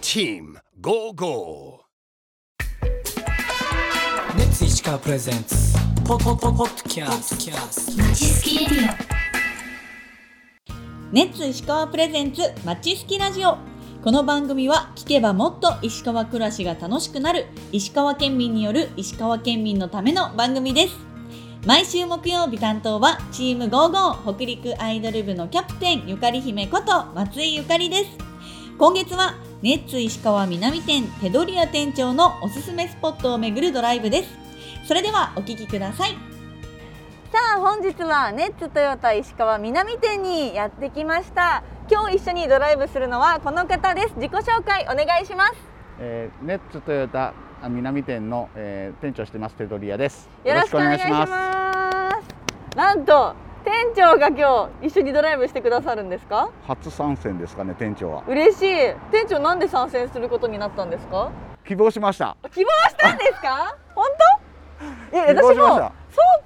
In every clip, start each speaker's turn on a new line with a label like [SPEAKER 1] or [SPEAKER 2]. [SPEAKER 1] team go go
[SPEAKER 2] レッツ石川プレゼンツポポポポッドキャスト
[SPEAKER 3] ネッツ石川プレゼンツまちすきラジオこの番組は聞けばもっと石川暮らしが楽しくなる石川県民による石川県民のための番組です毎週木曜日担当はチーム55北陸アイドル部のキャプテンゆかり姫こと松井ゆかりです今月はネッツ石川南店手取り屋店長のおすすめスポットを巡るドライブですそれではお聞きくださいさあ本日はネッツトヨタ石川南店にやってきました今日一緒にドライブするのはこの方です自己紹介お願いします
[SPEAKER 4] えー、ネッツトヨタあ南店の、えー、店長してますテドリアです。
[SPEAKER 3] よろしくお願いしますなんと店長が今日一緒にドライブしてくださるんですか
[SPEAKER 4] 初参戦ですかね店長は。
[SPEAKER 3] 嬉しい店長なんで参戦することになったんですか
[SPEAKER 4] 希望しました。
[SPEAKER 3] 希望したんです か本当いや
[SPEAKER 4] 希望
[SPEAKER 3] 私
[SPEAKER 4] しまし
[SPEAKER 3] もそう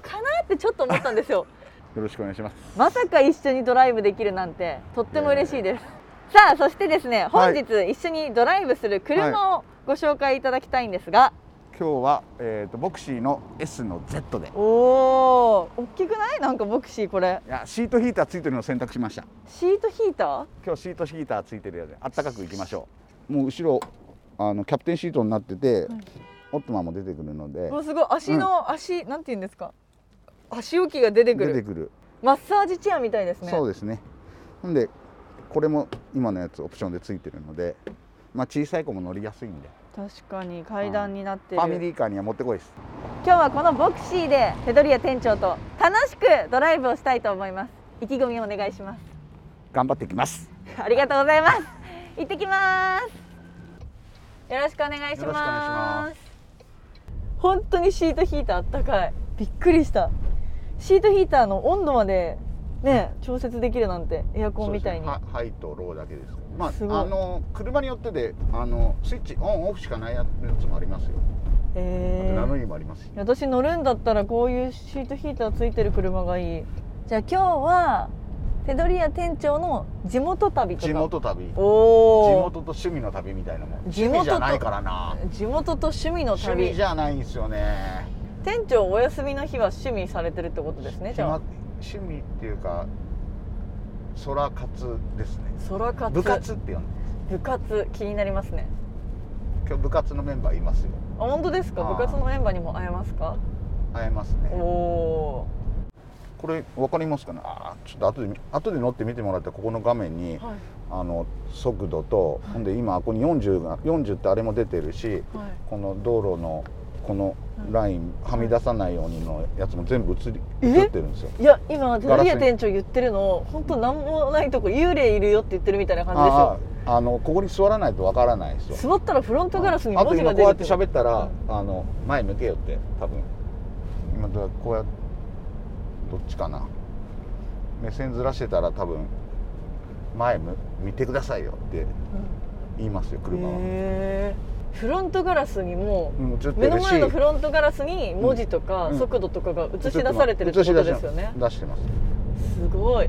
[SPEAKER 4] た
[SPEAKER 3] かなってちょっと思ったんです よ
[SPEAKER 4] よろしくお願いします。
[SPEAKER 3] まさか一緒にドライブできるなんてとっても嬉しいです、さあそしてですね本日一緒にドライブする車をご紹介いただきたいんですが、
[SPEAKER 4] 今日はえっ、とボクシーの S の Z で。い
[SPEAKER 3] おお大きくないなんかボクシーこれ
[SPEAKER 4] やシートヒーターついてるのを選択しました。
[SPEAKER 3] シートヒーター
[SPEAKER 4] 今日シートヒーターついてるやつであったかくいきましょう。もう後ろあのキャプテンシートになってて、オットマンも出てくるので
[SPEAKER 3] もうすごい足の足、なんて言うんですか足置きが出てく
[SPEAKER 4] 出
[SPEAKER 3] る
[SPEAKER 4] てくる。
[SPEAKER 3] マッサージチェアみたいですね
[SPEAKER 4] そうですね。なんでこれも今のやつオプションでついてるので、まあ小さい子も乗りやすいんで。
[SPEAKER 3] 確かに階段になって
[SPEAKER 4] ファミ
[SPEAKER 3] る
[SPEAKER 4] リーカーにはもってこいです。
[SPEAKER 3] 今日はこのボクシーで手取り屋店長と楽しくドライブをしたいと思います意気込みをお願いします
[SPEAKER 4] 頑張ってきます。
[SPEAKER 3] ありがとうございます行ってきますよろしくお願いし
[SPEAKER 4] よろしくお願
[SPEAKER 3] ま
[SPEAKER 4] いします
[SPEAKER 3] 本当にシートヒーターあったかいびっくりしたシートヒーターの温度までね調節できるなんてエアコンみたいに
[SPEAKER 4] そうですねははいとローだけです。まあ
[SPEAKER 3] すごい
[SPEAKER 4] あの車によってであのスイッチオンオフしかないやつもありますよ。あと
[SPEAKER 3] え
[SPEAKER 4] ナノ
[SPEAKER 3] ー、
[SPEAKER 4] イーもありますし。
[SPEAKER 3] 私乗るんだったらこういうシートヒーターついてる車がいいじゃあ今日は手取り屋店長の地元旅とか
[SPEAKER 4] 地元旅。地
[SPEAKER 3] お
[SPEAKER 4] 元
[SPEAKER 3] お
[SPEAKER 4] と趣味の旅みたいなもん。
[SPEAKER 3] 地
[SPEAKER 4] 趣
[SPEAKER 3] 元と
[SPEAKER 4] 味じゃないからな。
[SPEAKER 3] 地元と趣味の
[SPEAKER 4] 趣味
[SPEAKER 3] 旅
[SPEAKER 4] じゃないんですよね。
[SPEAKER 3] 店長お休みの日は趣味されてるってことですねじゃあ
[SPEAKER 4] 暇趣味っていうか空活ですね。
[SPEAKER 3] 空活
[SPEAKER 4] 部活って呼んで。
[SPEAKER 3] 部活気になりますね
[SPEAKER 4] 今日部活のメンバーいますよ。
[SPEAKER 3] あ本当ですか
[SPEAKER 4] あー
[SPEAKER 3] 部活のメンバーにも会えますか
[SPEAKER 4] 会えます
[SPEAKER 3] お
[SPEAKER 4] ね。
[SPEAKER 3] お
[SPEAKER 4] これわかりますかね。あーちょっと後で後で乗ってみてもらってここの画面に
[SPEAKER 3] ー。はい
[SPEAKER 4] あの速度と、ほんで今ここに40が40ってあれも出てるし
[SPEAKER 3] はい
[SPEAKER 4] この道路のこの
[SPEAKER 3] はい
[SPEAKER 4] ラインはみ出さないようにのやつも全部映り
[SPEAKER 3] え
[SPEAKER 4] 映ってるんですよ。
[SPEAKER 3] いや今手
[SPEAKER 4] ガラ
[SPEAKER 3] 取
[SPEAKER 4] ス
[SPEAKER 3] り
[SPEAKER 4] に
[SPEAKER 3] 屋店長言ってるの本当なんもないとこ幽霊いるよって言ってるみたいな感じですよ
[SPEAKER 4] あああのここに座らないとわからないですよ。
[SPEAKER 3] 座ったらフロントガラスに
[SPEAKER 4] あと
[SPEAKER 3] 文字
[SPEAKER 4] 今こう
[SPEAKER 3] が出る
[SPEAKER 4] や
[SPEAKER 3] っ
[SPEAKER 4] って
[SPEAKER 3] て
[SPEAKER 4] 喋った
[SPEAKER 3] う
[SPEAKER 4] ら
[SPEAKER 3] ん
[SPEAKER 4] あの前向けよって多分今どうやこうやどっちかな目線ずらしてたら多分前む見てくださいよって言いますよ車は。
[SPEAKER 3] へーフロントガラスにも
[SPEAKER 4] うん映ってるし
[SPEAKER 3] 目の前のフロントガラスに文字とか
[SPEAKER 4] うん
[SPEAKER 3] 速度とかが映し出されてるってことですよね
[SPEAKER 4] 出してます。
[SPEAKER 3] すごい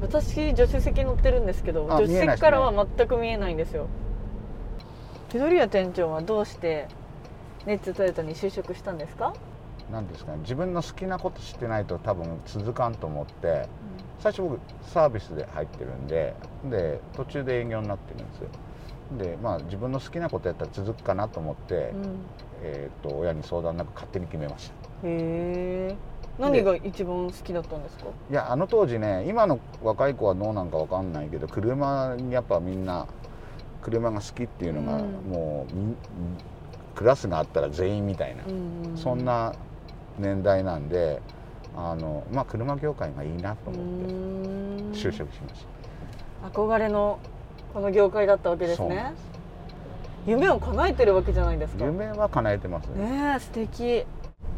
[SPEAKER 3] 私助手席乗ってるんですけど
[SPEAKER 4] あ
[SPEAKER 3] 助手
[SPEAKER 4] 見えないです
[SPEAKER 3] 席
[SPEAKER 4] ね
[SPEAKER 3] からは全く見えないんですよ手取り屋店長はどうしてネッツトヨタに就職したんですか
[SPEAKER 4] なんですかね自分の好きなことしてないと多分続かんと思って最初僕サービスで入ってるんでで途中で営業になってるんですよでまあ自分の好きなことやったら続くかなと思って、
[SPEAKER 3] うん
[SPEAKER 4] えー、と親に相談なく勝手に決めました
[SPEAKER 3] へえ何が一番好きだったんですか
[SPEAKER 4] いやあの当時ね今の若い子はどうなんかわかんないけど車にやっぱみんな車が好きっていうのが、
[SPEAKER 3] うん
[SPEAKER 4] もうみクラスがあったら全員みたいな
[SPEAKER 3] うん
[SPEAKER 4] そんな年代なんであの、まあ、車業界がいいなと
[SPEAKER 3] う
[SPEAKER 4] 思って
[SPEAKER 3] ん
[SPEAKER 4] 就職しまし
[SPEAKER 3] 憧れのこの業界だったわ
[SPEAKER 4] た。
[SPEAKER 3] けです
[SPEAKER 4] そう
[SPEAKER 3] ね
[SPEAKER 4] なんです
[SPEAKER 3] 夢を叶えてるわけじゃないですかね
[SPEAKER 4] 夢は叶えてますね。
[SPEAKER 3] え素敵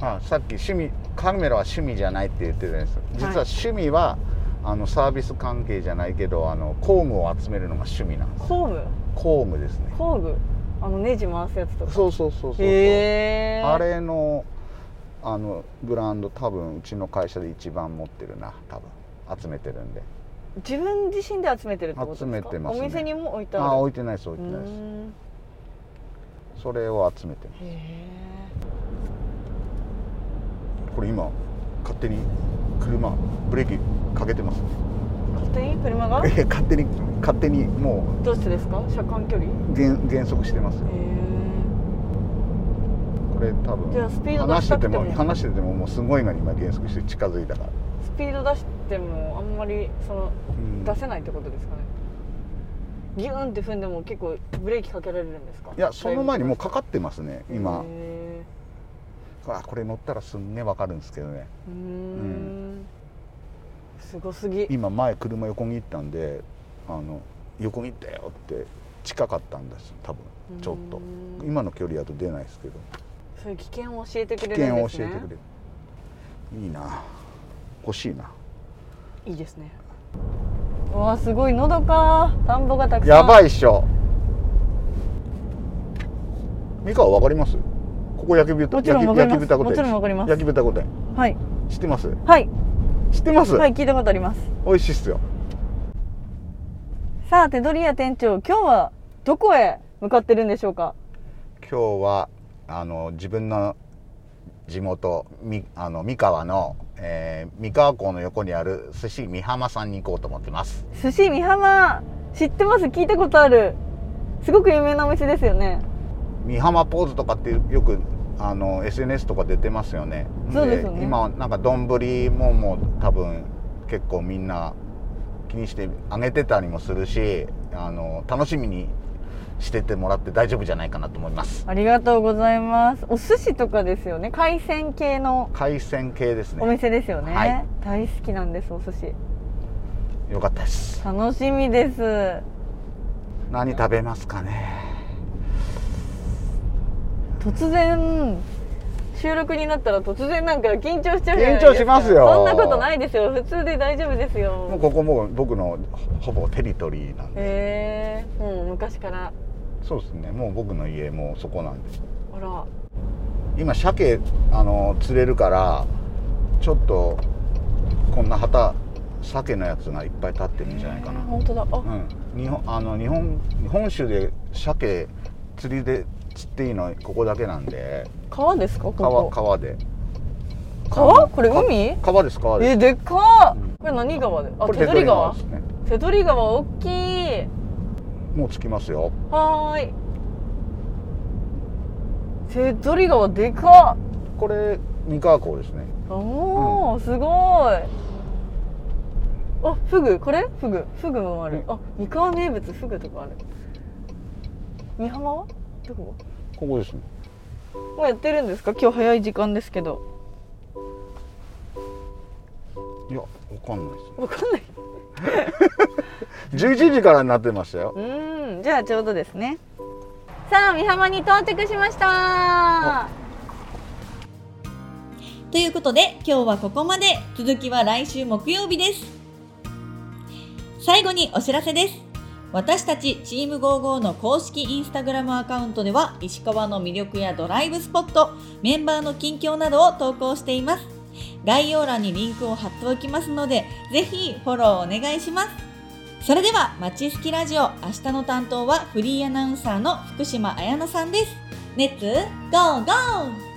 [SPEAKER 4] まあ、さっき趣味カメラは趣味じゃないって言ってたじゃないですか。実は趣味は、あのサービス関係じゃないけどあの工具を集めるのが趣味なんです。
[SPEAKER 3] 工具
[SPEAKER 4] 工具ですね。
[SPEAKER 3] 工具あのネジ回すやつとか
[SPEAKER 4] そうそうそうそうそう。
[SPEAKER 3] へえ
[SPEAKER 4] あれのあのブランド多分うちの会社で一番持ってるな多分集めてるんで。
[SPEAKER 3] 自分自身で集めてるってことですか
[SPEAKER 4] 集めてますね
[SPEAKER 3] お店にも置いてある
[SPEAKER 4] あ置いてないです置いて
[SPEAKER 3] う
[SPEAKER 4] ないで
[SPEAKER 3] ーん
[SPEAKER 4] すそれを集めてま
[SPEAKER 3] へえ
[SPEAKER 4] すこれ今勝手に車ブレーキかけてます
[SPEAKER 3] 勝手に車が
[SPEAKER 4] え勝手に勝手にも
[SPEAKER 3] どうしてですか車間距離へ
[SPEAKER 4] う減減速してますよ
[SPEAKER 3] え
[SPEAKER 4] これ多分
[SPEAKER 3] じゃあスピード出
[SPEAKER 4] 話し
[SPEAKER 3] した
[SPEAKER 4] て
[SPEAKER 3] くて
[SPEAKER 4] て
[SPEAKER 3] も
[SPEAKER 4] も話しててももうすごいのに今減速して近づいたから、
[SPEAKER 3] スピード出してもあんまりその
[SPEAKER 4] うん
[SPEAKER 3] 出せないってことですかねギューンって踏んでも結構ブレーキかけられるんですか
[SPEAKER 4] いやその前にもうかかってますね今
[SPEAKER 3] へ
[SPEAKER 4] あこれ乗ったらすんげえわかるんですけどね
[SPEAKER 3] えうーんすごすぎ
[SPEAKER 4] 今前車横切ったんであの横切ったよって近かったんです多分ちょっ
[SPEAKER 3] う
[SPEAKER 4] と
[SPEAKER 3] ーん
[SPEAKER 4] 今の距離だと出ないですけど
[SPEAKER 3] そういう危険を教えてくれるん
[SPEAKER 4] 危
[SPEAKER 3] です
[SPEAKER 4] 険を教
[SPEAKER 3] ね
[SPEAKER 4] えてくれるいいな欲しいない
[SPEAKER 3] いですねうわすごいのどか田んぼがたくさん
[SPEAKER 4] やば
[SPEAKER 3] い
[SPEAKER 4] いっしょ美香はわかりますここ焼き豚
[SPEAKER 3] もちろんわかります
[SPEAKER 4] 焼き豚御
[SPEAKER 3] もち
[SPEAKER 4] 殿
[SPEAKER 3] ろんわかります
[SPEAKER 4] 焼き豚御殿
[SPEAKER 3] はい
[SPEAKER 4] 知ってます
[SPEAKER 3] はい
[SPEAKER 4] 知ってます、
[SPEAKER 3] はい聞いたことあります
[SPEAKER 4] 美味しいっすよ
[SPEAKER 3] さあ手取り屋店長今日はどこへ向かってるんでしょうか
[SPEAKER 4] 今日はあの自分の地元みあの三河の、えー三河港の横にある寿司美浜さんに行こうと思ってます
[SPEAKER 3] 寿司美浜知ってます聞いたことあるすごく有名なお店ですよね
[SPEAKER 4] 美浜ポーズとかってよくあの SNS とか出てますよね
[SPEAKER 3] そうですよね
[SPEAKER 4] 今なんか丼ももう多分結構みんな気にしてあげてたりもするしあの楽しみにしててもらって大丈夫じゃないかなと思います
[SPEAKER 3] ありがとうございますお寿司とかですよね海鮮系の
[SPEAKER 4] 海鮮系です
[SPEAKER 3] お
[SPEAKER 4] ね
[SPEAKER 3] 店ですよね、
[SPEAKER 4] はい
[SPEAKER 3] 大好きなんですお寿司
[SPEAKER 4] よかったです
[SPEAKER 3] 楽しみです
[SPEAKER 4] 何食べますかね
[SPEAKER 3] 突然収録になったら突然なんか緊張しちゃうじゃないですか
[SPEAKER 4] 緊張しますよ
[SPEAKER 3] そんなことないですよ普通で大丈夫です
[SPEAKER 4] もう
[SPEAKER 3] よ
[SPEAKER 4] ここもう僕のほぼテリトリーなんで、
[SPEAKER 3] へえもう昔から
[SPEAKER 4] そうですねもう僕の家もうそこなんで
[SPEAKER 3] ほら
[SPEAKER 4] 今鮭あの釣れるからちょっとこんな旗鮭のやつがいっぱい立ってるんじゃないか
[SPEAKER 3] へえ
[SPEAKER 4] な、
[SPEAKER 3] 本当だあ
[SPEAKER 4] うん、日本あの日本本州で鮭釣りで釣っていいのここだけなんで
[SPEAKER 3] 川ですかこ
[SPEAKER 4] 川
[SPEAKER 3] こ
[SPEAKER 4] 川で
[SPEAKER 3] 川
[SPEAKER 4] あの
[SPEAKER 3] これ海
[SPEAKER 4] 川です川です
[SPEAKER 3] えでっか
[SPEAKER 4] うん
[SPEAKER 3] っこれ何川であ
[SPEAKER 4] こ
[SPEAKER 3] 手
[SPEAKER 4] れ
[SPEAKER 3] 取
[SPEAKER 4] 手取川
[SPEAKER 3] 川
[SPEAKER 4] ですね
[SPEAKER 3] 手取川大きい
[SPEAKER 4] もう着きますよ
[SPEAKER 3] はーい手取川でかっ
[SPEAKER 4] これ三河港ですね
[SPEAKER 3] おお、すごいあフグこれフグフグもある、あ三河名物フグとかある三浜はどこ
[SPEAKER 4] ここですね
[SPEAKER 3] もうやってるんですか今日早い時間ですけど
[SPEAKER 4] いやわかんないです
[SPEAKER 3] わか んない
[SPEAKER 4] 11時からになってましたよ
[SPEAKER 3] うーんじゃあちょうどですねさあ三浜に到着しました
[SPEAKER 5] ということで今日はここまで続きは来週木曜日です最後にお知らせです私たちチーム55の公式インスタグラムアカウントでは石川の魅力やドライブスポットメンバーの近況などを投稿しています概要欄にリンクを貼っておきますのでぜひフォローお願いしますそれでは「まちすきラジオ」明日の担当はフリーアナウンサーの福島彩乃さんですレッツゴーゴー